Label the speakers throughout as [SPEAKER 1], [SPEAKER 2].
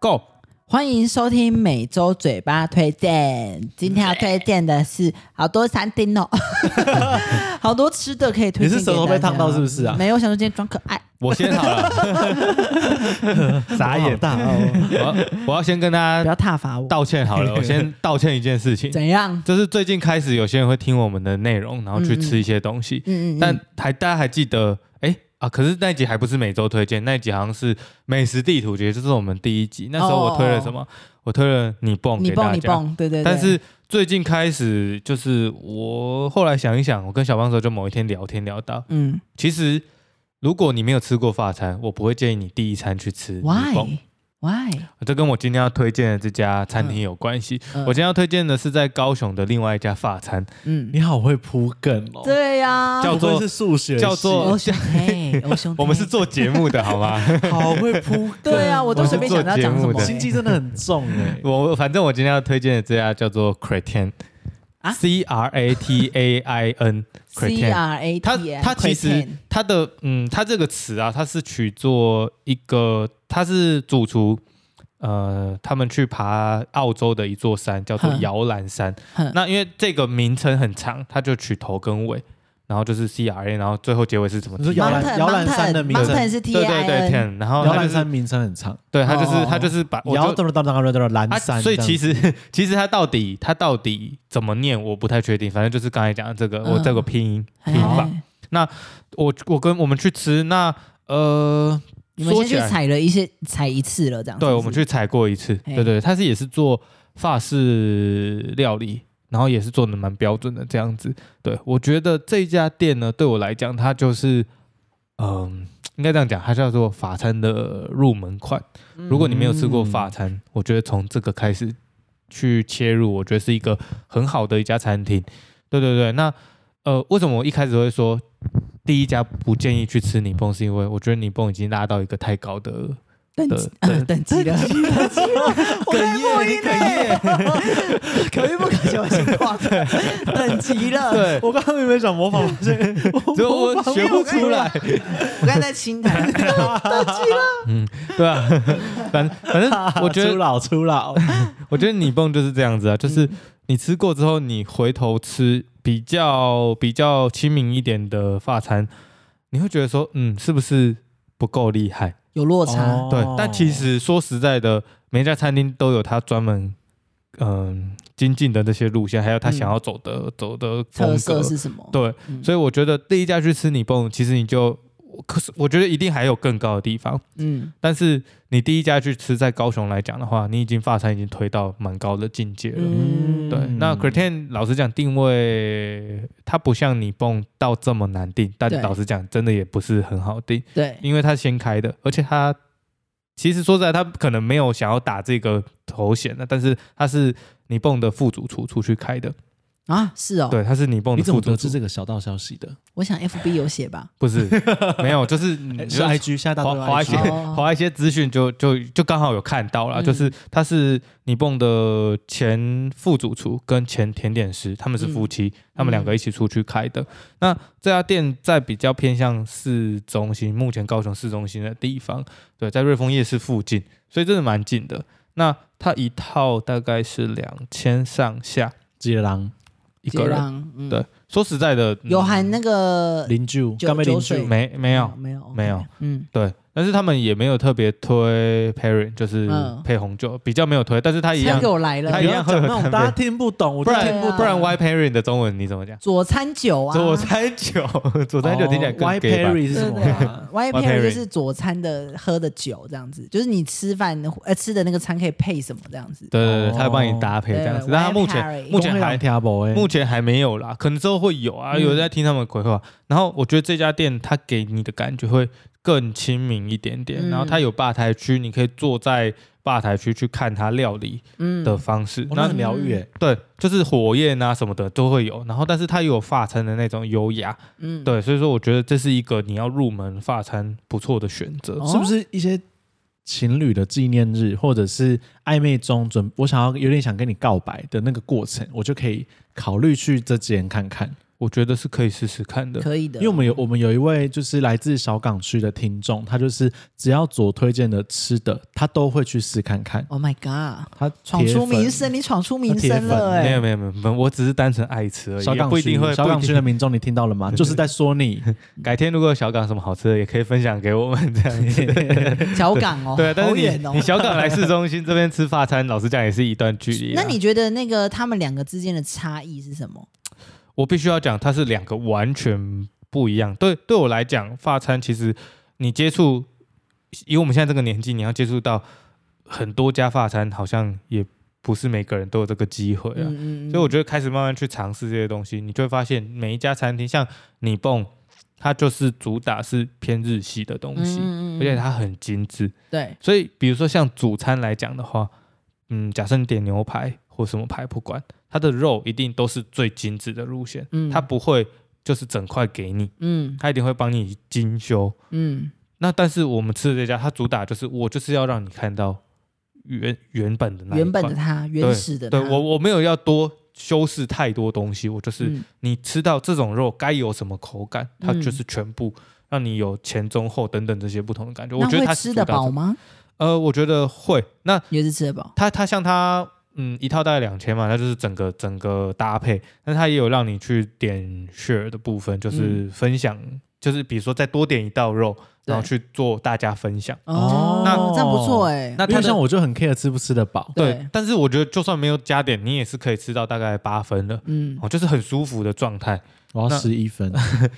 [SPEAKER 1] Go，
[SPEAKER 2] 欢迎收听每周嘴巴推荐。今天要推荐的是好多餐厅哦，好多吃的可以推荐。
[SPEAKER 3] 你是舌头被烫到是不是啊
[SPEAKER 2] 没有，我想说今天装可爱。
[SPEAKER 1] 我先好了，
[SPEAKER 3] 眨眼大哦，
[SPEAKER 1] 我要我要先跟大
[SPEAKER 2] 不
[SPEAKER 1] 家
[SPEAKER 2] 要挞伐我。
[SPEAKER 1] 道歉好了，我先道歉一件事情，
[SPEAKER 2] 怎样？
[SPEAKER 1] 就是最近开始有些人会听我们的内容，然后去吃一些东西，
[SPEAKER 2] 嗯嗯嗯。
[SPEAKER 1] 但还大家还记得，哎、啊，可是那一集还不是每周推荐，那一集好像是美食地图节，就是我们第一集。那时候我推了什么？我推了你蹦
[SPEAKER 2] 哦你
[SPEAKER 1] 给
[SPEAKER 2] 蹦
[SPEAKER 1] 大
[SPEAKER 2] 你
[SPEAKER 1] 家。
[SPEAKER 2] 蹦，对对对。
[SPEAKER 1] 但是最近开始，就是我后来想一想，我跟小胖的时候就某一天聊天聊到，
[SPEAKER 2] 嗯
[SPEAKER 1] 其实如果你没有吃过法餐，我不会建议你第一餐去吃你蹦。
[SPEAKER 2] ，why why？
[SPEAKER 1] 这跟我今天要推荐的这家餐厅有关系。
[SPEAKER 2] 嗯
[SPEAKER 1] 我今天要推荐的是在高雄的另外一家法 餐，
[SPEAKER 2] 嗯，
[SPEAKER 3] 你好会铺梗哦，
[SPEAKER 2] 对呀。
[SPEAKER 1] 叫
[SPEAKER 3] 不
[SPEAKER 1] 做
[SPEAKER 3] 愧是数学系，
[SPEAKER 1] 叫做
[SPEAKER 2] 欧兄嘿，欧兄
[SPEAKER 1] ，我们是做节目的好 吗？
[SPEAKER 3] 好会铺梗，
[SPEAKER 2] 对啊，我都
[SPEAKER 1] 我是
[SPEAKER 2] 随便想到讲什
[SPEAKER 1] 做节目
[SPEAKER 2] 么
[SPEAKER 1] 的。欸
[SPEAKER 3] 心机真的很重 哎，
[SPEAKER 1] 我反正我今天要推荐的这家叫做 Cretan，
[SPEAKER 2] 啊
[SPEAKER 1] c R A T A I N
[SPEAKER 2] C
[SPEAKER 1] Cretan。
[SPEAKER 2] R A T，
[SPEAKER 1] 它它其实
[SPEAKER 2] Cretan
[SPEAKER 1] 它的嗯，它这个词啊，它是取作一个，它是主厨呃，他们去爬澳洲的一座山，叫做
[SPEAKER 2] 哼
[SPEAKER 1] 摇篮山
[SPEAKER 2] 哼。
[SPEAKER 1] 那因为这个名称很长，它就取头跟尾，然后就是 C R A，然后最后结尾是怎么
[SPEAKER 3] 你说
[SPEAKER 1] 提？
[SPEAKER 3] 摇篮
[SPEAKER 2] Mountain
[SPEAKER 3] 摇篮山的
[SPEAKER 2] Mountain
[SPEAKER 3] 名字
[SPEAKER 2] Mountain 是 T
[SPEAKER 1] 对
[SPEAKER 2] I
[SPEAKER 1] 对对
[SPEAKER 2] N，
[SPEAKER 1] ，ten，然后
[SPEAKER 3] 摇
[SPEAKER 1] 它
[SPEAKER 3] 篮
[SPEAKER 1] 就是
[SPEAKER 3] 山名称很长，
[SPEAKER 1] 对，它就是
[SPEAKER 2] 哦
[SPEAKER 1] 它就是把我
[SPEAKER 3] 摇
[SPEAKER 1] 就
[SPEAKER 3] 噔噔噔噔噔噔蓝
[SPEAKER 1] 啊，
[SPEAKER 3] 山，
[SPEAKER 1] 所以 其
[SPEAKER 3] 实
[SPEAKER 1] 实 其实它到底它到底怎么念，我不太确定。反正就是刚才讲的这个，我这个
[SPEAKER 2] 嗯
[SPEAKER 1] 拼音
[SPEAKER 2] 哎
[SPEAKER 1] 拼法。我我跟我们去吃，那呃，
[SPEAKER 2] 你们
[SPEAKER 1] 说
[SPEAKER 2] 先
[SPEAKER 1] 起
[SPEAKER 2] 去
[SPEAKER 1] 来，
[SPEAKER 2] 踩了一些，踩一次了，这样。
[SPEAKER 1] 对，
[SPEAKER 2] 是不
[SPEAKER 1] 我们去
[SPEAKER 2] 是
[SPEAKER 1] 采过一次，
[SPEAKER 2] 嘿
[SPEAKER 1] 对对，它是也是做法式料理，然后也是做的蛮标准的这样子。对我觉得这家店呢，对我来讲，它就是嗯、应该这样讲，它叫做法餐的入门款。如果你没有吃过
[SPEAKER 2] 嗯
[SPEAKER 1] 法餐，我觉得从这个开始去切入，我觉得是一个很好的一家餐厅。对对对，那呃，为什么我一开始会说第一家不建议去吃泥蹦，是因为我觉得泥蹦已经拉到一个太高的
[SPEAKER 2] 等
[SPEAKER 1] 的
[SPEAKER 2] 级
[SPEAKER 1] 的
[SPEAKER 2] 等级了，我在破音呢， 可遇不可求，情况，等级了。
[SPEAKER 1] 对，
[SPEAKER 3] 我刚刚有没有想模仿？
[SPEAKER 1] 只有我学不出来，
[SPEAKER 2] 我刚才在 清谈，
[SPEAKER 1] 嗯，对啊， 反反 正我觉
[SPEAKER 3] 初
[SPEAKER 1] 得，
[SPEAKER 3] 老初老，
[SPEAKER 1] 我觉得泥蹦就是这样子啊，就是
[SPEAKER 2] 嗯
[SPEAKER 1] 你吃过之后，你回头吃比较比较亲民一点的法餐，你会觉得说，嗯，是不是不够厉害？
[SPEAKER 2] 有落差，
[SPEAKER 3] 哦
[SPEAKER 1] 对，但其实说实在的，每一家餐厅都有它专门嗯、精进的这些路线，还有他想要走的、走的
[SPEAKER 2] 嗯特
[SPEAKER 1] 风格
[SPEAKER 2] 色。是什么？
[SPEAKER 1] 对，
[SPEAKER 2] 嗯
[SPEAKER 1] 所以我觉得第一家去吃你蹦，其实你就，可是我觉得一定还有更高的地方。
[SPEAKER 2] 嗯，
[SPEAKER 1] 但是你第一家去吃，在高雄来讲的话，你已经发餐已经推到蛮高的境界了。
[SPEAKER 2] 嗯
[SPEAKER 1] 对，那 Cretan 老实讲，定位它不像你蹦到这么难定，但
[SPEAKER 2] 对
[SPEAKER 1] 老实讲，真的也不是很好定。
[SPEAKER 2] 对，
[SPEAKER 1] 因为他先开的，而且他其实说实在，他可能没有想要打这个头衔的，但是他是你蹦的副主厨出去开的，
[SPEAKER 2] 啊，是哦，
[SPEAKER 1] 对，他是你蹦
[SPEAKER 3] 你
[SPEAKER 1] 的
[SPEAKER 3] 怎
[SPEAKER 1] 副
[SPEAKER 3] 么
[SPEAKER 1] 主
[SPEAKER 3] 得
[SPEAKER 1] 厨
[SPEAKER 3] 知，这个小道消息的？
[SPEAKER 2] 我想 FB 有写吧，
[SPEAKER 1] 不是没有，就是 嗯你
[SPEAKER 3] 哎
[SPEAKER 1] 就是
[SPEAKER 3] IG 现在大
[SPEAKER 1] 划
[SPEAKER 3] 家都用
[SPEAKER 1] 划一些
[SPEAKER 3] IG
[SPEAKER 2] 哦
[SPEAKER 1] 划一些资讯就就就刚好有看到了，
[SPEAKER 2] 嗯
[SPEAKER 1] 就是他是你蹦的前副主厨跟前甜点师，他们是
[SPEAKER 2] 嗯
[SPEAKER 1] 夫妻，他们两个一起出去开的。那这家店在比较偏向市中心，目前高雄市中心的地方，对，在瑞丰夜市附近，所以真的蛮近的。那它一套大概是两千上下
[SPEAKER 3] 杰郎
[SPEAKER 1] 一个人，
[SPEAKER 2] 让，嗯
[SPEAKER 1] 对，，说实在的，嗯
[SPEAKER 2] 有含那个
[SPEAKER 3] 邻居，
[SPEAKER 2] 酒
[SPEAKER 3] 干杯邻
[SPEAKER 2] 酒
[SPEAKER 3] 居
[SPEAKER 2] 水，
[SPEAKER 1] 没没有
[SPEAKER 2] 没有
[SPEAKER 1] 没有，
[SPEAKER 2] 嗯
[SPEAKER 1] 对，但是他们也没有特别推 pairing，就是
[SPEAKER 2] 嗯
[SPEAKER 1] 配红酒，比较没有推，但是他一
[SPEAKER 2] 餐
[SPEAKER 1] 样
[SPEAKER 2] 给，我来
[SPEAKER 3] 不
[SPEAKER 1] 他
[SPEAKER 2] 了
[SPEAKER 1] 一样
[SPEAKER 3] 要讲那种大家听不懂，我
[SPEAKER 1] 不
[SPEAKER 3] 就
[SPEAKER 1] 然
[SPEAKER 3] 听不
[SPEAKER 2] 对啊
[SPEAKER 1] 不然 Y pairing 的中文你怎么讲？
[SPEAKER 2] 佐餐酒啊，
[SPEAKER 1] 左餐酒，左餐酒听起来
[SPEAKER 3] 哦
[SPEAKER 1] 更
[SPEAKER 3] Y
[SPEAKER 1] gay 吧？
[SPEAKER 3] Perry 是什么 啊？
[SPEAKER 2] Y
[SPEAKER 1] Wine
[SPEAKER 2] pair
[SPEAKER 1] pairing
[SPEAKER 2] 就是佐餐的喝的酒这样子，就是你吃饭呃吃的那个餐可以配什么这样子。
[SPEAKER 1] 对对对，
[SPEAKER 3] 哦
[SPEAKER 1] 他会帮你搭配这样子。
[SPEAKER 2] 对
[SPEAKER 1] 但他
[SPEAKER 2] wine
[SPEAKER 1] 目前
[SPEAKER 2] pairing
[SPEAKER 1] 目前还
[SPEAKER 3] 听不哎，
[SPEAKER 1] 目前还没有啦，可能之后会有啊，
[SPEAKER 2] 嗯
[SPEAKER 1] 有人在听他们的鬼话。然后我觉得这家店它给你的感觉会更亲民一点点，
[SPEAKER 2] 嗯
[SPEAKER 1] 然后它有吧台区，你可以坐在吧台区去看它料理
[SPEAKER 2] 嗯
[SPEAKER 1] 的方式
[SPEAKER 3] 哦。那
[SPEAKER 1] 那
[SPEAKER 3] 很疗愈哎，
[SPEAKER 1] 对，就是火焰啊什么的都会有，然后但是它也有发餐的那种优雅，
[SPEAKER 2] 嗯，
[SPEAKER 1] 对，所以说我觉得这是一个你要入门发餐不错的选择。
[SPEAKER 2] 哦
[SPEAKER 3] 是不是一些情侣的纪念日，或者是暧昧中准我想要有点想跟你告白的那个过程，我就可以考虑去这间看看。
[SPEAKER 1] 我觉得是可以试试看的。
[SPEAKER 2] 可以的，
[SPEAKER 3] 因为我们有我们有一位就是来自小港区的听众，他就是只要左推荐的吃的，他都会去试看看。
[SPEAKER 2] Oh my God，
[SPEAKER 3] 他
[SPEAKER 2] 闯
[SPEAKER 3] 铁
[SPEAKER 2] 出
[SPEAKER 3] 粉
[SPEAKER 2] 名声，你闯出名
[SPEAKER 3] 铁
[SPEAKER 2] 声
[SPEAKER 3] 粉
[SPEAKER 2] 了哎、
[SPEAKER 1] 没有没有没有没有，我只是单纯爱吃而已，
[SPEAKER 3] 小
[SPEAKER 1] 也
[SPEAKER 3] 港
[SPEAKER 1] 不一定
[SPEAKER 3] 区
[SPEAKER 1] 会。
[SPEAKER 3] 小
[SPEAKER 1] 不一
[SPEAKER 3] 港
[SPEAKER 1] 定
[SPEAKER 3] 区的民众，你听到了 吗？就是在说你，
[SPEAKER 1] 改天如果有小港什么好吃的，也可以分享给我们这样子。
[SPEAKER 2] 小港 哦，
[SPEAKER 1] 对，但
[SPEAKER 2] 好
[SPEAKER 1] 是啊你、
[SPEAKER 2] 远哦
[SPEAKER 1] 你。小港来市中心这边吃法餐，老实讲也是一段距离啦。啊
[SPEAKER 2] 那你觉得那个他们两个之间的差异是什么？
[SPEAKER 1] 我必须要讲，它是两个完全不一样。对，对我来讲，发餐其实你接触，以我们现在这个年纪，你要接触到很多家发餐，好像也不是每个人都有这个机会啊。
[SPEAKER 2] 嗯
[SPEAKER 1] 所以我觉得开始慢慢去尝试这些东西，你就会发现每一家餐厅，像你蹦，它就是主打是偏日系的东西，
[SPEAKER 2] 嗯嗯嗯
[SPEAKER 1] 而且它很精致。
[SPEAKER 2] 对，
[SPEAKER 1] 所以，比如说像主餐来讲的话，嗯，假设你点牛排或什么排，不管它的肉一定都是最精致的路线，
[SPEAKER 2] 嗯
[SPEAKER 1] 它不会就是整块给你，
[SPEAKER 2] 嗯
[SPEAKER 1] 它一定会帮你精修。
[SPEAKER 2] 嗯
[SPEAKER 1] 那但是我们吃的这家，它主打就是我就是要让你看到原原本的那一块
[SPEAKER 2] 原本的他，原始的他
[SPEAKER 1] 对我我没有要多修饰太多东西，我就是
[SPEAKER 2] 嗯
[SPEAKER 1] 你吃到这种肉该有什么口感，它
[SPEAKER 2] 嗯
[SPEAKER 1] 就是全部让你有前中后等等这些不同的感觉。我
[SPEAKER 2] 那
[SPEAKER 1] 觉得
[SPEAKER 2] 会
[SPEAKER 1] 它是
[SPEAKER 2] 吃
[SPEAKER 1] 主
[SPEAKER 2] 得
[SPEAKER 1] 打这
[SPEAKER 2] 饱
[SPEAKER 1] 个？
[SPEAKER 2] 吗？
[SPEAKER 1] 呃，我觉得会。那
[SPEAKER 2] 也是吃得饱，
[SPEAKER 1] 它它像它嗯一套大概两千嘛，它就是整个整个搭配，但它也有让你去点 share 的部分，
[SPEAKER 2] 嗯
[SPEAKER 1] 就是分享，就是比如说再多点一道肉，然后
[SPEAKER 2] 对
[SPEAKER 1] 去做大家分享。
[SPEAKER 2] 哦，
[SPEAKER 3] 那
[SPEAKER 2] 这样不错哎、
[SPEAKER 1] 那
[SPEAKER 3] 因
[SPEAKER 1] 它的
[SPEAKER 3] 为像我就很 care 吃不吃得饱。
[SPEAKER 1] 对，
[SPEAKER 2] 对
[SPEAKER 1] 但是我觉得就算没有加点，你也是可以吃到大概八分的，
[SPEAKER 2] 嗯
[SPEAKER 1] 哦，就是很舒服的状态。
[SPEAKER 3] 我要
[SPEAKER 1] 那
[SPEAKER 3] 十一分，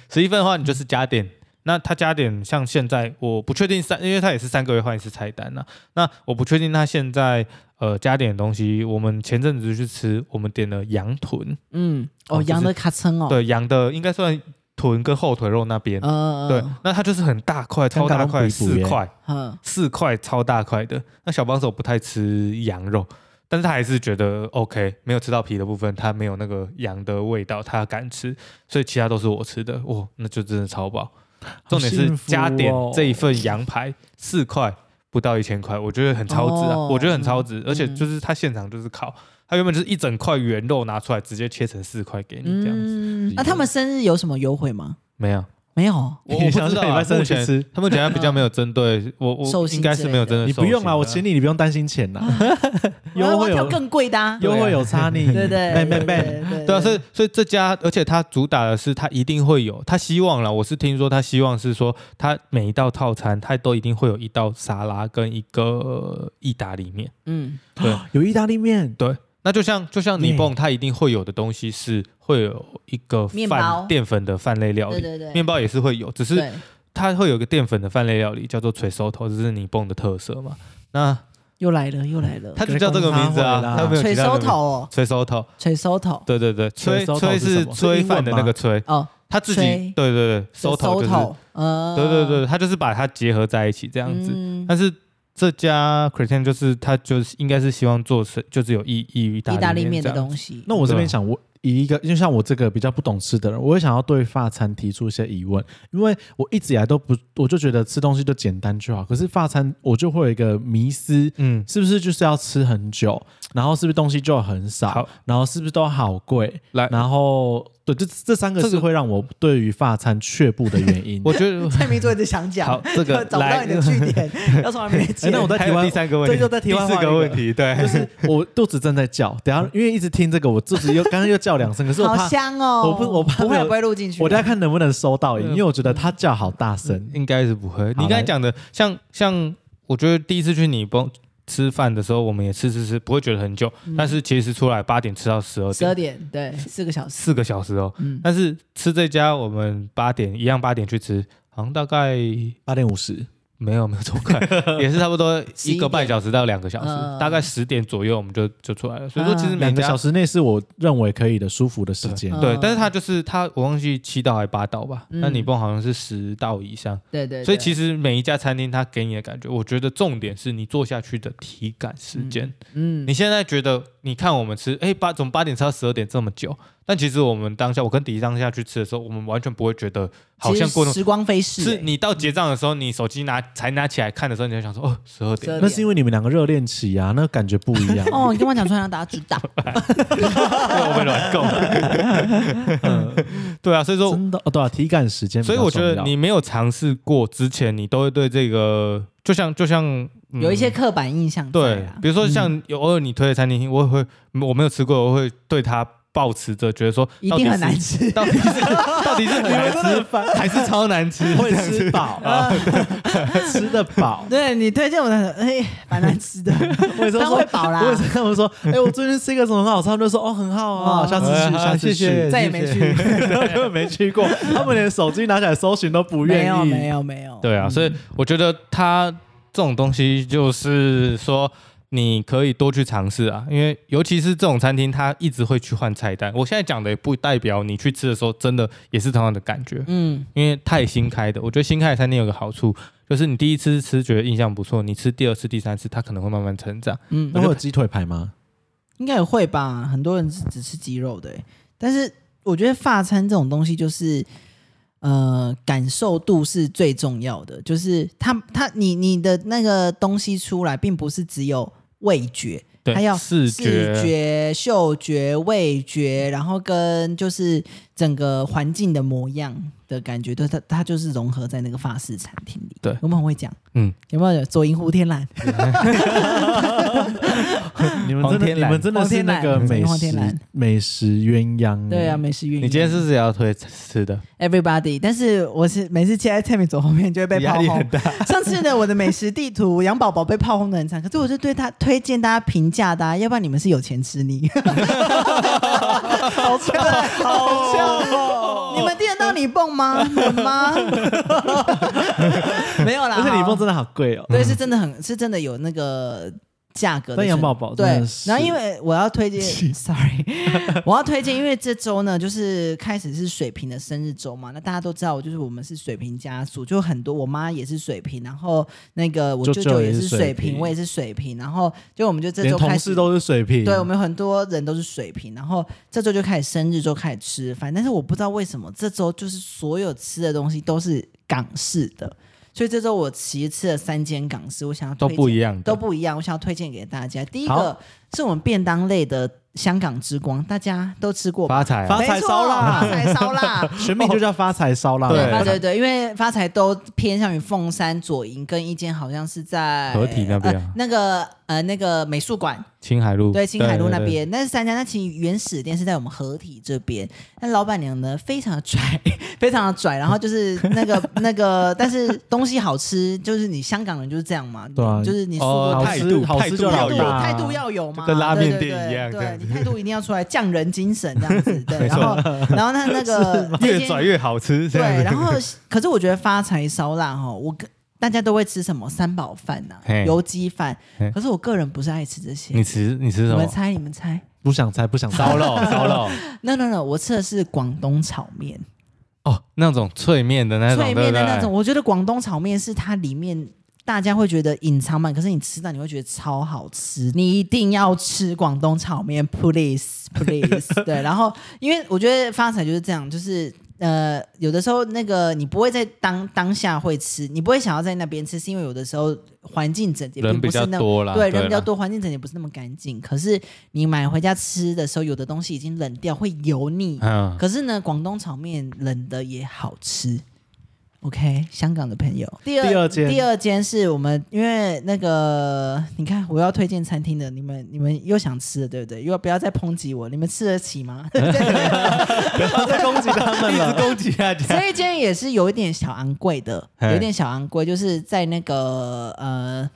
[SPEAKER 1] 十一份的话，你就是
[SPEAKER 2] 嗯
[SPEAKER 1] 加点。那它加点像现在我不确定三，因为它也是三个月换一次菜单呐、那我不确定它现在呃加点的东西，我们前阵子去吃，我们点了羊臀，
[SPEAKER 2] 嗯，
[SPEAKER 1] 哦
[SPEAKER 2] 哦，
[SPEAKER 1] 就是
[SPEAKER 2] 羊的卡称哦，
[SPEAKER 1] 对，羊的应该算臀跟后腿肉那边。
[SPEAKER 2] 呃，
[SPEAKER 1] 对，那它就是很大块，超大块，
[SPEAKER 3] 嗯跟咖喱补
[SPEAKER 1] 四
[SPEAKER 3] 耶
[SPEAKER 1] 块，
[SPEAKER 2] 嗯，
[SPEAKER 1] 四块超大块的。那小帮手不太吃羊肉，但是他还是觉得 OK，没有吃到皮的部分，他没有那个羊的味道，他敢吃，所以其他都是我吃的。哇、那就真的超饱。重点是
[SPEAKER 3] 幸福
[SPEAKER 1] 加点
[SPEAKER 3] 哦
[SPEAKER 1] 这一份羊排四块不到一千块，我觉得很超值啊，
[SPEAKER 2] 哦
[SPEAKER 1] 我觉得很超值，而且
[SPEAKER 2] 嗯
[SPEAKER 1] 就是他现场就是烤，他原本就是一整块原肉拿出来直接切成四块给你这样子，
[SPEAKER 2] 嗯，那他们生日有什么优惠吗？
[SPEAKER 1] 没有，
[SPEAKER 2] 没有，
[SPEAKER 1] 我
[SPEAKER 3] 你
[SPEAKER 1] 我不
[SPEAKER 3] 想
[SPEAKER 1] 知道
[SPEAKER 3] 下礼
[SPEAKER 1] 啊
[SPEAKER 3] 拜，三
[SPEAKER 1] 目
[SPEAKER 3] 去
[SPEAKER 1] 前
[SPEAKER 3] 吃
[SPEAKER 1] 他们讲比较没有针 对我，
[SPEAKER 2] 嗯寿
[SPEAKER 1] 我
[SPEAKER 2] 星
[SPEAKER 1] 应该是没有针对
[SPEAKER 3] 你
[SPEAKER 1] 寿
[SPEAKER 3] 不用
[SPEAKER 1] 星
[SPEAKER 3] 啦，
[SPEAKER 1] 啊
[SPEAKER 3] 我请你，你不用担心钱啦，
[SPEAKER 1] 哦
[SPEAKER 2] 我要
[SPEAKER 3] 优
[SPEAKER 2] 我
[SPEAKER 3] 惠
[SPEAKER 2] 要挑
[SPEAKER 3] 有
[SPEAKER 2] 更贵的、啊，
[SPEAKER 3] 优惠有差你，
[SPEAKER 2] 对不对，
[SPEAKER 3] 妹妹妹
[SPEAKER 2] 对对
[SPEAKER 1] 对啊，所以所以这家，而且它主打的是它一定会有，他希望啦，我是听说他希望是说，他每一道套餐它都一定会有一道沙拉跟一个呃意大利 面。
[SPEAKER 2] 嗯，
[SPEAKER 1] 对
[SPEAKER 3] 有意大利面，
[SPEAKER 1] 对，那就像就像
[SPEAKER 3] 对
[SPEAKER 1] 你蹦，它一定会有的东西是会有一个
[SPEAKER 2] 面包
[SPEAKER 1] 饭淀粉的饭类料
[SPEAKER 2] 对
[SPEAKER 1] 理，
[SPEAKER 2] 对对，
[SPEAKER 1] 面包也是会有，只是
[SPEAKER 2] 对
[SPEAKER 1] 它会有一个淀粉的饭类料理叫做锤手头，这是你蹦的特色嘛。那
[SPEAKER 2] 又来了又来了，
[SPEAKER 1] 它就叫这个名字啊，
[SPEAKER 3] 给它供它
[SPEAKER 1] 它没有
[SPEAKER 2] 锤
[SPEAKER 1] 其他的
[SPEAKER 2] 收
[SPEAKER 1] 名字
[SPEAKER 2] 头。哦，
[SPEAKER 1] 锤手头，
[SPEAKER 2] 锤收头，
[SPEAKER 1] 对对对，
[SPEAKER 3] 锤
[SPEAKER 1] 吹
[SPEAKER 3] 手头
[SPEAKER 1] 吹
[SPEAKER 3] 是
[SPEAKER 1] 是
[SPEAKER 3] 什么是
[SPEAKER 1] 吹
[SPEAKER 3] 英文
[SPEAKER 1] 饭的那
[SPEAKER 3] 吗
[SPEAKER 1] 个吹，
[SPEAKER 2] 哦，
[SPEAKER 1] 他自己
[SPEAKER 2] 吹
[SPEAKER 1] 对对对，收头
[SPEAKER 2] 收
[SPEAKER 1] 就是，
[SPEAKER 2] 头，呃，
[SPEAKER 1] 对对对，他就是把它结合在一起这
[SPEAKER 2] 这
[SPEAKER 1] 样子。
[SPEAKER 2] 嗯、
[SPEAKER 1] 但是这家 Christian 就是他就是应该是希望做成就是有意意于
[SPEAKER 2] 意大利面
[SPEAKER 1] 面
[SPEAKER 2] 的
[SPEAKER 1] 西。
[SPEAKER 2] 东西，
[SPEAKER 3] 那我这
[SPEAKER 1] 对啊
[SPEAKER 3] 边想，我以一个，因为像我这个比较不懂吃的人，我也想要对法餐提出一些疑问，因为我一直以来都不，我就觉得吃东西就简单就好。可是法餐，我就会有一个迷思，
[SPEAKER 1] 嗯，
[SPEAKER 3] 是不是就是要吃很久，然后是不是东西就很少
[SPEAKER 1] 好，
[SPEAKER 3] 然后是不是都好贵，
[SPEAKER 1] 来，
[SPEAKER 3] 然后对，这这三个
[SPEAKER 1] 这个
[SPEAKER 3] 是会让我对于法餐却步的原因。
[SPEAKER 1] 我觉得
[SPEAKER 2] 蔡明珠一直想 讲，
[SPEAKER 1] 好，这个
[SPEAKER 2] 找不到
[SPEAKER 1] 来
[SPEAKER 2] 你，的据点，要从哪边
[SPEAKER 3] 哎
[SPEAKER 2] 接？
[SPEAKER 3] 那我再
[SPEAKER 1] 还
[SPEAKER 3] 提
[SPEAKER 1] 有
[SPEAKER 3] 问
[SPEAKER 1] 第三个问题，
[SPEAKER 3] 对就在题
[SPEAKER 1] 第
[SPEAKER 3] 外
[SPEAKER 1] 四
[SPEAKER 3] 话
[SPEAKER 1] 个
[SPEAKER 3] 那
[SPEAKER 1] 问
[SPEAKER 3] 个
[SPEAKER 1] 题，对，
[SPEAKER 3] 就是我肚子正在叫，等一下因为一直听这个，我肚子又刚刚又叫两声，可是我
[SPEAKER 2] 好
[SPEAKER 3] 怕
[SPEAKER 2] 香哦！
[SPEAKER 3] 我不我怕
[SPEAKER 2] 不
[SPEAKER 3] 没
[SPEAKER 2] 会
[SPEAKER 3] 有
[SPEAKER 2] 不会录进去，
[SPEAKER 3] 我在看能不能收到音，因为我觉得它叫好大声。
[SPEAKER 1] 应该是不会。你
[SPEAKER 3] 好
[SPEAKER 1] 刚才
[SPEAKER 3] 来
[SPEAKER 1] 讲的，像像我觉得第一次去你崩吃饭的时候，我们也吃吃吃，不会觉得很久，但是其实出来八点吃到十二
[SPEAKER 2] 十二
[SPEAKER 1] 点，
[SPEAKER 2] 点对四个小时，
[SPEAKER 1] 四个小时哦。
[SPEAKER 2] 嗯，
[SPEAKER 1] 但是吃这家我们八点一样八点去吃，好像大概
[SPEAKER 3] 八点五十，
[SPEAKER 1] 没有没有这么快，也是差不多一个半小时到两个小时，
[SPEAKER 2] 嗯
[SPEAKER 1] 大概十点左右我们就就出来了。所以说其实
[SPEAKER 3] 啊两
[SPEAKER 1] 每
[SPEAKER 3] 个
[SPEAKER 1] 家、
[SPEAKER 3] 小时内是我认为可以的舒服的时间
[SPEAKER 2] 嗯。
[SPEAKER 1] 对，但是它就是它，我忘记七道还八道吧，那你蹦好像是十道以上，
[SPEAKER 2] 对对，
[SPEAKER 1] 所以其
[SPEAKER 2] 实
[SPEAKER 1] 实每一家餐厅它给你的感觉，我觉得重点是你坐下去的体感时间。
[SPEAKER 2] 嗯
[SPEAKER 1] 你现在觉得，你看我们吃，哎八从八点吃到十二点这么久，但其实我们当下，我跟迪迪当下去吃的时候，我们完全不会觉得好像过
[SPEAKER 2] 其
[SPEAKER 1] 那
[SPEAKER 2] 实时光飞逝、欸
[SPEAKER 1] 是你到结账的时候，你手机拿才拿起来看的时候，你就想说哦，十二 点
[SPEAKER 2] 12
[SPEAKER 3] 那是因为你们两个热恋期啊，那感觉不一样。
[SPEAKER 2] 哦，你跟我讲出来让大家知道，
[SPEAKER 1] 我被乱购。
[SPEAKER 2] 嗯
[SPEAKER 1] 对啊，所以说，
[SPEAKER 3] 真的哦，对啊，体感时间比
[SPEAKER 1] 所
[SPEAKER 3] 较
[SPEAKER 1] 以
[SPEAKER 3] 重要。
[SPEAKER 1] 我觉得你没有尝试过之前，你都会对这个，就像就像、嗯
[SPEAKER 2] 有一些刻板印象在
[SPEAKER 1] 对
[SPEAKER 2] 啊，。
[SPEAKER 1] 比如说像有偶尔你推的餐厅，我也会我没有吃过，我会对它抱持着觉得说，
[SPEAKER 2] 一定很难 吃，
[SPEAKER 1] 到底是到底是到底是很 难吃还是超难吃？
[SPEAKER 3] 会吃饱，啊 吃得饱。
[SPEAKER 2] 对你推荐我的，哎，蛮难吃的，
[SPEAKER 3] 我也是
[SPEAKER 2] 但
[SPEAKER 3] 说
[SPEAKER 2] 会饱啦
[SPEAKER 3] 我，也是跟我说，哎，我最近吃一个什么很好吃，他们就说哦很好啊，
[SPEAKER 2] 哦
[SPEAKER 3] 下次去，
[SPEAKER 1] 哎
[SPEAKER 3] 下次
[SPEAKER 1] 谢谢
[SPEAKER 3] 去，
[SPEAKER 2] 再也没去，
[SPEAKER 3] 然后根本没去过，他们连手机拿起来搜寻都不
[SPEAKER 2] 没
[SPEAKER 3] 愿意。
[SPEAKER 2] 有没有没有，
[SPEAKER 1] 对啊，所以我觉得它这种东西就是说，你可以多去尝试啊，因为尤其是这种餐厅，它一直会去换菜单。我现在讲的也不代表你去吃的时候真的也是同样的感觉，
[SPEAKER 2] 嗯，
[SPEAKER 1] 因为太新开的。我觉得新开的餐厅有个好处，就是你第一次吃觉得印象不错，你吃第二次、第三次，它可能会慢慢成长。
[SPEAKER 2] 嗯
[SPEAKER 3] 那会有鸡腿排吗？
[SPEAKER 2] 应该也会吧，很多人是只吃鸡肉的欸、但是我觉得法餐这种东西就是，呃，感受度是最重要的，就是它它你你的那个东西出来，并不是只有味觉，
[SPEAKER 1] 对，
[SPEAKER 2] 还有
[SPEAKER 1] 视觉、
[SPEAKER 2] 视觉、嗅觉、味觉，然后跟就是整个环境的模样的感觉，对它它就是融合在那个法式餐厅里。
[SPEAKER 1] 对
[SPEAKER 2] 有没有很会讲？
[SPEAKER 1] 嗯，
[SPEAKER 2] 有没有左营胡天蓝？
[SPEAKER 3] 你们
[SPEAKER 1] 黄
[SPEAKER 3] 真的，
[SPEAKER 1] 天
[SPEAKER 3] 你
[SPEAKER 1] 蓝
[SPEAKER 3] 们真的是那个
[SPEAKER 2] 黄天
[SPEAKER 3] 美
[SPEAKER 2] 蓝黄天蓝
[SPEAKER 3] 食美食鸳鸯。
[SPEAKER 2] 对啊，，美食运。
[SPEAKER 1] 你今天是不是也要推吃的？
[SPEAKER 2] everybody，但是我是每次切在蔡明左后面就会被
[SPEAKER 1] 压
[SPEAKER 2] 炮
[SPEAKER 1] 力很
[SPEAKER 2] 轰。上次呢，我的美食地图杨宝宝被炮轰的很惨，可是我是对他推荐大家评价的、啊，要不然你们是有钱吃你。 好呛，好呛！你们订得到你蹦 吗？能吗？没有啦，
[SPEAKER 3] 而且李
[SPEAKER 2] 好
[SPEAKER 3] 梦真的好贵哦。
[SPEAKER 2] 对，是真的很，是真的有那个价格的存。
[SPEAKER 3] 但杨宝宝
[SPEAKER 2] 对
[SPEAKER 3] 真的，是
[SPEAKER 2] 然后因为我要推荐，sorry，我 要推荐，因为这周呢，就是开始是水瓶的生日周嘛，那大家都知道，就是我们是水瓶家属，就很多我妈也是水瓶，然后那个我
[SPEAKER 3] 舅
[SPEAKER 2] 舅
[SPEAKER 3] 舅
[SPEAKER 2] 舅
[SPEAKER 3] 也
[SPEAKER 2] 是
[SPEAKER 3] 是水
[SPEAKER 2] 水瓶，
[SPEAKER 3] 瓶
[SPEAKER 2] 我也是水瓶，然后就我们就这
[SPEAKER 3] 连
[SPEAKER 2] 周
[SPEAKER 3] 同
[SPEAKER 2] 开
[SPEAKER 3] 事
[SPEAKER 2] 始。
[SPEAKER 3] 都是水
[SPEAKER 1] 嗯
[SPEAKER 3] 瓶，
[SPEAKER 2] 对，我们有很多人都是水瓶，然后这周就开始生日周开始吃饭，但是我不知道为什么这周就是所有吃的东西都是港式的，所以这周我其实吃了三间港式，我想要
[SPEAKER 1] 都
[SPEAKER 2] 推
[SPEAKER 1] 不
[SPEAKER 2] 荐
[SPEAKER 1] 一样的，
[SPEAKER 2] 都不一样，我想要推荐给大家。第一个
[SPEAKER 3] 好
[SPEAKER 2] 是我们便当类的香港之光，大家都吃过吧？
[SPEAKER 1] 发财、啊
[SPEAKER 3] 发。财烧腊。
[SPEAKER 2] 没错发财烧腊
[SPEAKER 3] 全名就叫发财烧腊。
[SPEAKER 1] 对
[SPEAKER 2] 对对对，因为发财都偏向于凤山左营跟一间好像是在
[SPEAKER 1] 合体那边啊
[SPEAKER 2] 呃那个呃那个美术馆，
[SPEAKER 1] 青海路
[SPEAKER 2] 对，青海路那
[SPEAKER 1] 对对
[SPEAKER 2] 边，那是三家，那其实原始店是在我们合体这边。那老板娘呢，非常的拽， 非常的拽，然后就是那个那个，但是东西好吃，就是你香港人就是这样嘛，
[SPEAKER 3] 对啊
[SPEAKER 2] 就是你速
[SPEAKER 1] 哦
[SPEAKER 2] 度
[SPEAKER 3] 好
[SPEAKER 1] 态
[SPEAKER 3] 吃
[SPEAKER 1] 度
[SPEAKER 3] 好吃就
[SPEAKER 1] 态
[SPEAKER 3] 老
[SPEAKER 2] 态
[SPEAKER 1] 度
[SPEAKER 2] 度
[SPEAKER 3] 大，
[SPEAKER 2] 态度要有嘛，
[SPEAKER 1] 跟拉面
[SPEAKER 2] 对对
[SPEAKER 1] 店
[SPEAKER 2] 对
[SPEAKER 1] 一样这
[SPEAKER 2] 对
[SPEAKER 1] 样，
[SPEAKER 2] 你态度一定要出来，匠人精神这 样子，对，
[SPEAKER 1] 没
[SPEAKER 2] 然
[SPEAKER 1] 错
[SPEAKER 2] 后然后那那 个那间
[SPEAKER 1] 越拽越好吃，这
[SPEAKER 2] 对
[SPEAKER 1] 样，子
[SPEAKER 2] 然后可是我觉得发财烧腊哈，我跟大家都会吃什么三宝饭呐
[SPEAKER 1] 嘿，
[SPEAKER 2] 油鸡饭
[SPEAKER 1] 嘿，
[SPEAKER 2] 可是我个人不是爱吃这些
[SPEAKER 1] 你，吃你吃
[SPEAKER 2] 你
[SPEAKER 1] 什
[SPEAKER 2] 们
[SPEAKER 1] 么？
[SPEAKER 2] 猜，你们猜
[SPEAKER 3] 不想猜，不想猜
[SPEAKER 1] 烧。 肉，烧肉。
[SPEAKER 2] ？No No No，我吃的是广东炒面，
[SPEAKER 1] 哦，那种脆面的那种，
[SPEAKER 2] 脆面的
[SPEAKER 1] 对不对
[SPEAKER 2] 那种，，我觉得广东炒面是它里面。大家会觉得隐藏版，可是你吃到你会觉得超好吃，你一定要吃广东炒面，please please。对，然后因为我觉得发财就是这样，就是呃，有的时候那个你不会在当当下会吃，你不会想要在那边吃，是因为有的时候环境整洁并
[SPEAKER 1] 人
[SPEAKER 2] 不
[SPEAKER 1] 比
[SPEAKER 2] 是
[SPEAKER 1] 较
[SPEAKER 2] 那么
[SPEAKER 1] 多啦，
[SPEAKER 2] 对，人比较
[SPEAKER 1] 啦。
[SPEAKER 2] 多，环境整洁不是那么干净。可是你买回家吃的时候，有的东西已经冷掉，会油腻。
[SPEAKER 1] 嗯，
[SPEAKER 2] 可是呢，广东炒面冷的也好吃。OK，香港的朋友，第
[SPEAKER 3] 第二间
[SPEAKER 2] 第二间是我们，因为那个你看，我要推荐餐厅的，你们你们又想吃了，对不对？又不要再抨击我，你们吃得起 吗？
[SPEAKER 3] 在攻击他们了，攻击大家。
[SPEAKER 2] 这一间也是有一点小昂贵的，
[SPEAKER 1] 嘿
[SPEAKER 2] 有一点小昂贵，就是在那个呃，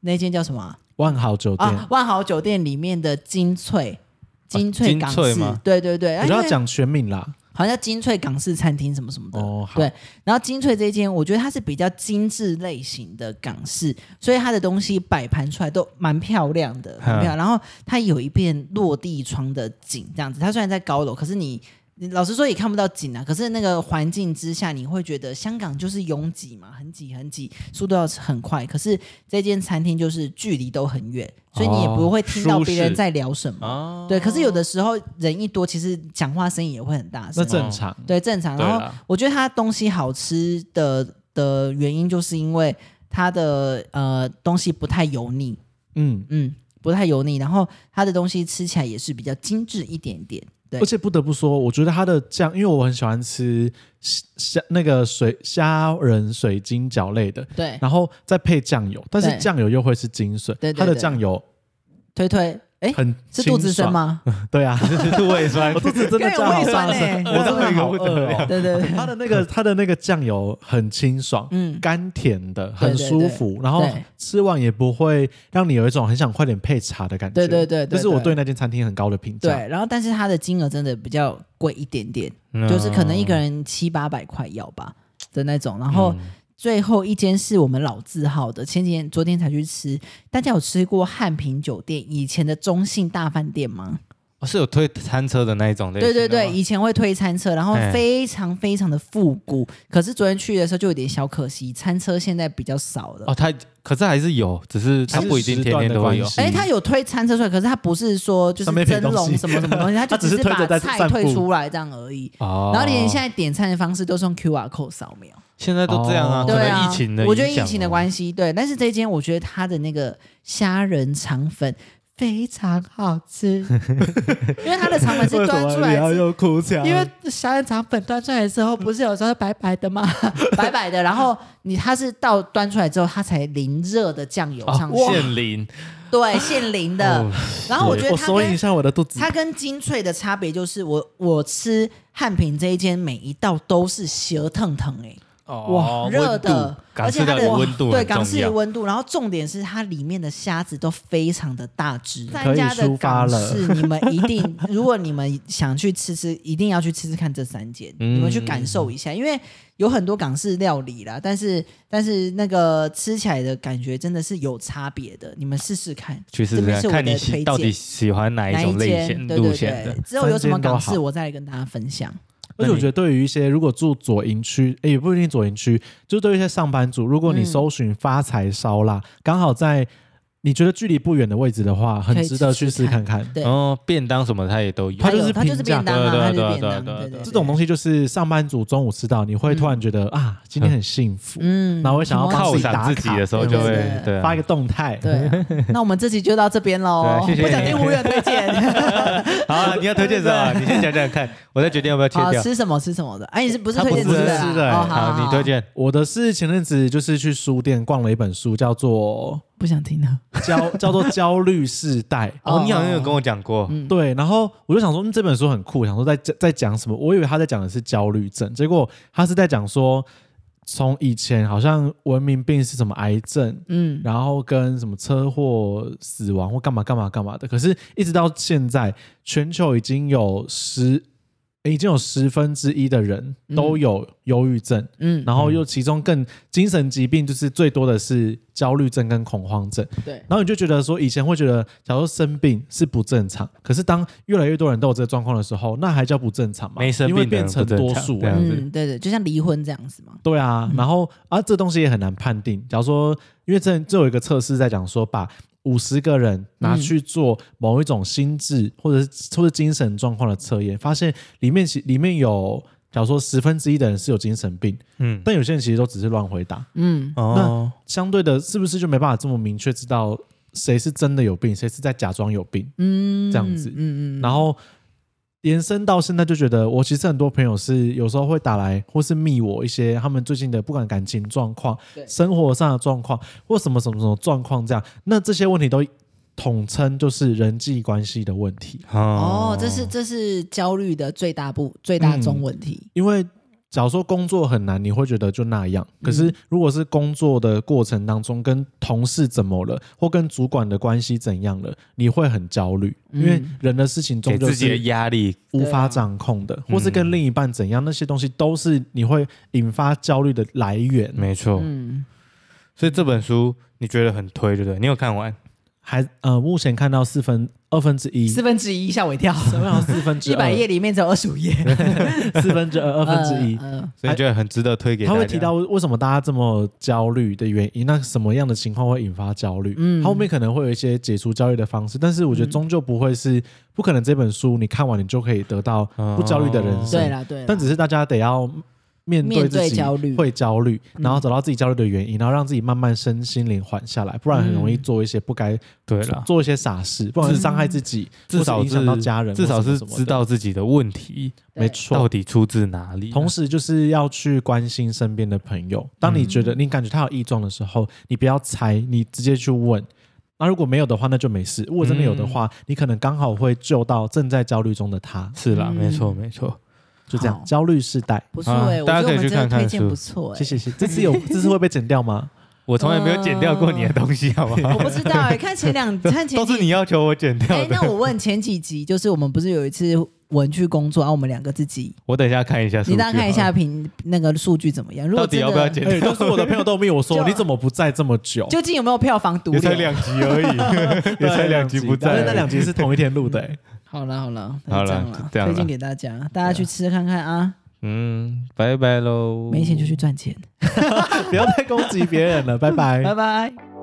[SPEAKER 2] 那间叫什么啊、
[SPEAKER 3] 万豪酒
[SPEAKER 2] 啊
[SPEAKER 3] 店，，啊
[SPEAKER 2] 万豪酒店里面的精粹。精粹
[SPEAKER 1] 精
[SPEAKER 2] 港
[SPEAKER 1] 粹
[SPEAKER 2] 式，
[SPEAKER 1] 吗
[SPEAKER 2] 对对对，啊
[SPEAKER 3] 我就
[SPEAKER 2] 因
[SPEAKER 3] 要
[SPEAKER 2] 为
[SPEAKER 3] 讲全名啦。
[SPEAKER 2] 好像叫精粹港式餐厅什么什么的。
[SPEAKER 3] 哦，好
[SPEAKER 2] 对，然后精粹这一间，我觉得它是比较精致类型的港式，所以它的东西摆盘出来都蛮漂亮的，
[SPEAKER 1] 嗯
[SPEAKER 2] 很漂亮。然后它有一片落地窗的景，这样子。它虽然在高楼，可是你你老实说也看不到景啊，可是那个环境之下，你会觉得香港就是拥挤嘛，很挤很挤，速度要很快。可是这间餐厅就是距离都很远，所以你也不会听到
[SPEAKER 1] 哦
[SPEAKER 2] 别
[SPEAKER 1] 舒
[SPEAKER 2] 人
[SPEAKER 1] 适
[SPEAKER 2] 在聊什么。
[SPEAKER 1] 啊，
[SPEAKER 2] 对，可是有的时候人一多，其实讲话声音也会很大
[SPEAKER 3] 那
[SPEAKER 2] 声。
[SPEAKER 3] 正
[SPEAKER 1] 哦
[SPEAKER 3] 常。
[SPEAKER 2] 对，正常。
[SPEAKER 1] 对
[SPEAKER 2] 然后
[SPEAKER 1] 啦
[SPEAKER 2] 我觉得它东西好吃的的原因，就是因为它的呃东西不太油腻，
[SPEAKER 3] 嗯，
[SPEAKER 2] 嗯，不太油腻。然后它的东西吃起来也是比较精致一点点。对
[SPEAKER 3] 而且不得不说，我觉得它的酱，因为我很喜欢吃虾那个水虾仁水晶饺类的，
[SPEAKER 2] 对，
[SPEAKER 3] 然后再配酱油，但是
[SPEAKER 2] 对
[SPEAKER 3] 酱油又会是精髓，
[SPEAKER 2] 对对
[SPEAKER 3] 它的
[SPEAKER 2] 对
[SPEAKER 3] 酱油
[SPEAKER 2] 推推，哎，
[SPEAKER 3] 很
[SPEAKER 2] 是肚子
[SPEAKER 3] 深
[SPEAKER 2] 深？ 吗？
[SPEAKER 3] 对啊，
[SPEAKER 1] 这是胃酸
[SPEAKER 3] 我肚子真
[SPEAKER 2] 更
[SPEAKER 3] 的
[SPEAKER 2] 有
[SPEAKER 3] 叫好
[SPEAKER 2] 胃酸欸
[SPEAKER 3] 上升，
[SPEAKER 2] 嘞
[SPEAKER 3] 我真的好饿哦。
[SPEAKER 2] 对对对，
[SPEAKER 3] 它的那 个它的那个酱油很清爽，
[SPEAKER 2] 嗯，
[SPEAKER 3] 甘甜的，很
[SPEAKER 2] 对
[SPEAKER 3] 舒服，然后
[SPEAKER 2] 对
[SPEAKER 3] 吃完也不会让你有一种很想快点配茶的感觉。
[SPEAKER 2] 对对对对
[SPEAKER 3] 这是我
[SPEAKER 2] 对
[SPEAKER 3] 对那间餐厅很高的评价。
[SPEAKER 2] 对。然后但是它的金额真的比较贵一点点，
[SPEAKER 3] 嗯
[SPEAKER 2] 就是
[SPEAKER 1] 嗯
[SPEAKER 2] 可能一个人七八百块要吧的那种。然后
[SPEAKER 3] 嗯
[SPEAKER 2] 最后一间是我们老字号的，前几天昨天才去吃。大家有吃过汉品酒店以前的中信大饭店吗？
[SPEAKER 1] 哦是有推餐车的那一种类
[SPEAKER 2] 对
[SPEAKER 1] 型的
[SPEAKER 2] 对对，
[SPEAKER 1] 吗，
[SPEAKER 2] 以前会推餐车，然后
[SPEAKER 1] 哎
[SPEAKER 2] 非常非常的复古。可是昨天去的时候就有点小可惜，餐车现在比较少了。
[SPEAKER 1] 哦，它可是还是有，只是它
[SPEAKER 3] 是
[SPEAKER 1] 不一定
[SPEAKER 3] 时
[SPEAKER 1] 天
[SPEAKER 3] 段
[SPEAKER 1] 天
[SPEAKER 3] 的
[SPEAKER 1] 都会有
[SPEAKER 3] 关系
[SPEAKER 2] 哎，他有推餐车出来，可是他不是说就是
[SPEAKER 3] 上面配
[SPEAKER 2] 蒸
[SPEAKER 3] 东西
[SPEAKER 2] 笼什么什么东 西，他就
[SPEAKER 3] 他只是
[SPEAKER 2] 是
[SPEAKER 3] 推着
[SPEAKER 2] 把
[SPEAKER 3] 在
[SPEAKER 2] 菜
[SPEAKER 3] 散步
[SPEAKER 2] 退出来这样而已。
[SPEAKER 1] 哦。
[SPEAKER 2] 然后连现在点餐的方式都是用 QR code 扫描，
[SPEAKER 1] 现在都这样啊，
[SPEAKER 3] 哦
[SPEAKER 1] 可
[SPEAKER 2] 对
[SPEAKER 1] 能
[SPEAKER 2] 啊，
[SPEAKER 1] 疫情的
[SPEAKER 2] 我觉得
[SPEAKER 1] 影
[SPEAKER 2] 疫
[SPEAKER 1] 响
[SPEAKER 2] 情的
[SPEAKER 1] 哦
[SPEAKER 2] 关系，对。但是这间我觉得它的那个虾仁肠粉非常好 吃，因为它的肠粉是端出来
[SPEAKER 3] 要
[SPEAKER 2] 是。
[SPEAKER 3] 用哭腔？
[SPEAKER 2] 因为虾仁肠粉端出来的时候，不是有时候白白的吗？白白的，然后你它是到端出来之后，它才淋热的酱油
[SPEAKER 1] 哦
[SPEAKER 2] 上去，
[SPEAKER 1] 现淋
[SPEAKER 2] 对，现淋的。
[SPEAKER 1] 哦
[SPEAKER 2] 然后我觉得
[SPEAKER 3] 我
[SPEAKER 2] 它
[SPEAKER 3] 收
[SPEAKER 2] 跟
[SPEAKER 3] 一下我的肚子。
[SPEAKER 2] 它跟精粹的差别就是我，我吃汉品这一间每一道都是舌腾腾哎，
[SPEAKER 1] 哦
[SPEAKER 2] 热
[SPEAKER 1] 温度
[SPEAKER 2] 的，而
[SPEAKER 1] 港
[SPEAKER 2] 且
[SPEAKER 1] 式
[SPEAKER 2] 它
[SPEAKER 1] 料
[SPEAKER 2] 的
[SPEAKER 1] 理温度
[SPEAKER 2] 对
[SPEAKER 1] 很
[SPEAKER 2] 港
[SPEAKER 1] 重
[SPEAKER 2] 式的
[SPEAKER 1] 要。
[SPEAKER 2] 温度，然后重点是它里面的虾子都非常的大只，
[SPEAKER 3] 以
[SPEAKER 2] 三家的
[SPEAKER 3] 出发
[SPEAKER 2] 港
[SPEAKER 3] 了
[SPEAKER 2] 式 你们一定，如果你们想去吃吃，一定要去吃吃看这三间，
[SPEAKER 1] 嗯
[SPEAKER 2] 你们去感受一下，因为有很多港式料理啦，但是但是那个吃起来的感觉真的是有差别的，你们试试看。
[SPEAKER 1] 去试试
[SPEAKER 2] 这边
[SPEAKER 1] 看，
[SPEAKER 2] 是我
[SPEAKER 1] 看你
[SPEAKER 2] 的
[SPEAKER 1] 喜
[SPEAKER 2] 推
[SPEAKER 1] 到底
[SPEAKER 2] 荐
[SPEAKER 1] 喜欢哪
[SPEAKER 2] 哪
[SPEAKER 1] 一种类
[SPEAKER 2] 间？
[SPEAKER 1] 型
[SPEAKER 2] 对
[SPEAKER 1] 路
[SPEAKER 2] 对
[SPEAKER 1] 线的
[SPEAKER 2] 对，。之后有什么港
[SPEAKER 3] 三间
[SPEAKER 2] 式，
[SPEAKER 3] 都
[SPEAKER 2] 我再来跟大家分享。
[SPEAKER 3] 而且我觉得对于一些如果住左营区，诶也不一定左营区，就是对于一些上班族，如果你
[SPEAKER 2] 嗯
[SPEAKER 3] 搜寻发财烧腊，刚好在你觉得距离不远的位置的话，很
[SPEAKER 2] 可以
[SPEAKER 3] 值得
[SPEAKER 2] 试
[SPEAKER 3] 去
[SPEAKER 2] 试
[SPEAKER 3] 试看看。
[SPEAKER 2] 对
[SPEAKER 1] 然后哦便当什么它也都有
[SPEAKER 3] 它。就是
[SPEAKER 2] 它就是
[SPEAKER 3] 平价
[SPEAKER 2] 便当啊，它
[SPEAKER 1] 对
[SPEAKER 2] 就是
[SPEAKER 1] 对对
[SPEAKER 2] 便当，
[SPEAKER 1] 对
[SPEAKER 2] 对
[SPEAKER 1] 对
[SPEAKER 2] 对。
[SPEAKER 1] 对
[SPEAKER 3] 这种东西就是上班族中午吃到，你会突然觉得、啊，今天很幸福，
[SPEAKER 2] 嗯
[SPEAKER 3] 然后会想要帮
[SPEAKER 1] 犒
[SPEAKER 3] 自己
[SPEAKER 1] 赏
[SPEAKER 3] 打
[SPEAKER 1] 自
[SPEAKER 3] 卡
[SPEAKER 1] 己的时候就
[SPEAKER 2] 对对
[SPEAKER 1] 会
[SPEAKER 2] 对
[SPEAKER 1] 对啊
[SPEAKER 3] 发一个动态。
[SPEAKER 2] 对啊，那我们这集就到这边喽，
[SPEAKER 1] 对谢谢
[SPEAKER 2] 不想听无远 推荐。
[SPEAKER 1] 好啊，你要推荐什么？你先讲讲看，我再决定要不要切
[SPEAKER 2] 好，
[SPEAKER 1] 掉。
[SPEAKER 2] 吃什么吃什么的，哎，你是哦不是
[SPEAKER 1] 他
[SPEAKER 2] 推
[SPEAKER 1] 不
[SPEAKER 2] 荐
[SPEAKER 1] 是
[SPEAKER 2] 吃的啦？
[SPEAKER 3] 吃的
[SPEAKER 2] 哦，好，
[SPEAKER 1] 好，你推
[SPEAKER 2] 好，
[SPEAKER 1] 荐
[SPEAKER 3] 我的是前阵子就是去书店逛了一本书，叫做
[SPEAKER 2] 不想听了。
[SPEAKER 3] 焦叫做焦虑世代。
[SPEAKER 1] 哦，你好像有跟我讲过，
[SPEAKER 2] 嗯
[SPEAKER 3] 对，然后我就想说，嗯，这本书很酷，想说在在讲什么？我以为他在讲的是焦虑症，结果他是在讲说，从以前好像文明病是什么癌症，
[SPEAKER 2] 嗯，
[SPEAKER 3] 然后跟什么车祸、死亡或干嘛干嘛干嘛的。可是，一直到现在，全球已经有十，诶已经有十分之一的人
[SPEAKER 2] 嗯
[SPEAKER 3] 都有忧郁症，
[SPEAKER 2] 嗯，
[SPEAKER 3] 然后又其中更精神疾病就是最多的是焦虑症跟恐慌症。
[SPEAKER 2] 对，
[SPEAKER 3] 然后你就觉得说，以前会觉得，假如生病是不正常，可是当越来越多人都有这个状况的时候，那还叫不正常吗？
[SPEAKER 1] 没生
[SPEAKER 3] 因为
[SPEAKER 1] 病的人
[SPEAKER 3] 变成
[SPEAKER 1] 不正
[SPEAKER 3] 多
[SPEAKER 1] 常嗯
[SPEAKER 3] 数、
[SPEAKER 1] 对
[SPEAKER 3] 欸
[SPEAKER 1] 啊。样子
[SPEAKER 2] 嗯，对对，就像离婚这样子嘛。
[SPEAKER 3] 对啊，然后啊，这东西也很难判定。假如说，因为这这有一个测试在讲说，把五十个人拿去做某一种心智或者是或者精神状况的测验，发现里面其里面有，假如说十分之一的人是有精神病，
[SPEAKER 1] 嗯，
[SPEAKER 3] 但有些人其实都只是乱回答。
[SPEAKER 2] 嗯，
[SPEAKER 1] 哦，
[SPEAKER 3] 相对的，是不是就没办法这么明确知道谁是真的有病，谁是在假装有病？
[SPEAKER 2] 嗯，
[SPEAKER 3] 这样子
[SPEAKER 2] 嗯嗯，
[SPEAKER 3] 然后延伸到现在，就觉得我其实很多朋友是有时候会打来或是密我一些他们最近的不管感情状况
[SPEAKER 2] 对、
[SPEAKER 3] 生活上的状况或什么什么什么状况这样，那这些问题都统称就是人际关系的问题，
[SPEAKER 2] 哦，这是这是焦虑的最大部最大宗问题。
[SPEAKER 3] 因为。假如说工作很难，你会觉得就那样。可是如果是工作的过程当中，跟同事怎么了，或跟主管的关系怎样了，你会很焦虑，
[SPEAKER 2] 嗯
[SPEAKER 3] 因为人的事情终
[SPEAKER 1] 给
[SPEAKER 3] 究
[SPEAKER 1] 自己的
[SPEAKER 3] 是
[SPEAKER 1] 压力，
[SPEAKER 3] 无
[SPEAKER 2] 啊
[SPEAKER 3] 法掌控的，或是跟另一半怎样，那些东西都是你会引发焦虑的来源。
[SPEAKER 1] 没错。
[SPEAKER 2] 嗯，
[SPEAKER 3] 哎
[SPEAKER 1] 所以这本书你觉得很推，对不对？你有看完？
[SPEAKER 3] 还呃，目前看到四分二分之一，
[SPEAKER 2] 四分之一吓我一跳，
[SPEAKER 3] 四分 之
[SPEAKER 2] 一百页里面只有二十 五页，
[SPEAKER 3] 二，四分之二，二分之一。
[SPEAKER 2] 呃呃
[SPEAKER 1] 所以觉得很值得推给
[SPEAKER 3] 他
[SPEAKER 1] 大家。
[SPEAKER 3] 会提到为什么大家这么焦虑的原因，那什么样的情况会引发焦虑？嗯，后面可能会有一些解除焦虑的方式，但是我觉得终究不会是，不可能这本书你看完你就可以得到不焦虑的人生。
[SPEAKER 2] 嗯对啦对啦，
[SPEAKER 3] 但只是大家得要面对自
[SPEAKER 2] 面对
[SPEAKER 3] 己
[SPEAKER 2] 焦
[SPEAKER 1] 嗯
[SPEAKER 2] 虑
[SPEAKER 3] 会焦虑，然后找到自己焦虑的原因，然后让自己慢慢身心灵缓下来，不然很容易做一些不该
[SPEAKER 1] 对了，
[SPEAKER 3] 做一些傻事，不然是伤害自己，
[SPEAKER 1] 至
[SPEAKER 3] 或
[SPEAKER 1] 少
[SPEAKER 3] 是影响到家人，
[SPEAKER 1] 至少
[SPEAKER 3] 或
[SPEAKER 1] 是
[SPEAKER 3] 什么什么的
[SPEAKER 1] 知道自己的问题
[SPEAKER 3] 没
[SPEAKER 2] 对
[SPEAKER 3] 错
[SPEAKER 1] 到。底出自哪里。
[SPEAKER 3] 同时，就是要去关心身边的朋友。当你觉
[SPEAKER 1] 嗯
[SPEAKER 3] 得你感觉他有异状的时候，你不要猜，你直接去问。那如果没有的话，那就没事。如果真的有的话，
[SPEAKER 1] 嗯
[SPEAKER 3] 你可能刚好会救到正在焦虑中的他。
[SPEAKER 1] 是啦，
[SPEAKER 2] 嗯
[SPEAKER 1] 没错没错，
[SPEAKER 3] 就这样
[SPEAKER 2] 好，
[SPEAKER 3] 焦虑世代。
[SPEAKER 2] 不错
[SPEAKER 1] 啊
[SPEAKER 2] 哎，我
[SPEAKER 1] 大家
[SPEAKER 2] 觉得
[SPEAKER 1] 可以
[SPEAKER 2] 我们
[SPEAKER 1] 去
[SPEAKER 2] 这个
[SPEAKER 1] 看看
[SPEAKER 2] 推荐
[SPEAKER 1] 书
[SPEAKER 2] 不错哎
[SPEAKER 3] 谢，谢谢，这次有这次会被剪掉吗？
[SPEAKER 1] 我从来没有剪掉过你的东西，好不好？
[SPEAKER 3] 呃
[SPEAKER 2] 我 不知道哎，看前两看前
[SPEAKER 1] 都
[SPEAKER 2] 几
[SPEAKER 1] 是你要求我剪掉
[SPEAKER 2] 哎，
[SPEAKER 1] 的。
[SPEAKER 2] 那我问前几集，就是我们不是有一次文去工作，然后啊我们两个自己，
[SPEAKER 1] 我等一下看一下数据，
[SPEAKER 2] 你大家看一下评那个数据怎么样？如
[SPEAKER 1] 到
[SPEAKER 2] 果
[SPEAKER 1] 底
[SPEAKER 2] 真的
[SPEAKER 1] 要不要 剪
[SPEAKER 3] 哎，
[SPEAKER 1] 掉
[SPEAKER 3] 都。是我的朋友都密我 说，
[SPEAKER 2] 就
[SPEAKER 3] 你怎么不在这么久？
[SPEAKER 2] 究竟有没有票房毒
[SPEAKER 1] 也才
[SPEAKER 2] 瘤？
[SPEAKER 1] 两集而已， 也才两集不
[SPEAKER 3] 但
[SPEAKER 1] 在。
[SPEAKER 3] 是那两集是同一天录的。 哎
[SPEAKER 2] 好了好了，那
[SPEAKER 1] 好
[SPEAKER 2] 就这
[SPEAKER 1] 了
[SPEAKER 2] 样
[SPEAKER 1] 就
[SPEAKER 2] 了，
[SPEAKER 1] 这样
[SPEAKER 2] 推荐
[SPEAKER 1] 了
[SPEAKER 2] 给大家，大家去吃看看啊，
[SPEAKER 1] 嗯，拜拜喽。
[SPEAKER 2] 没钱就去赚钱，
[SPEAKER 1] 哎
[SPEAKER 3] 不要再攻击别人了，拜拜。
[SPEAKER 2] 拜拜。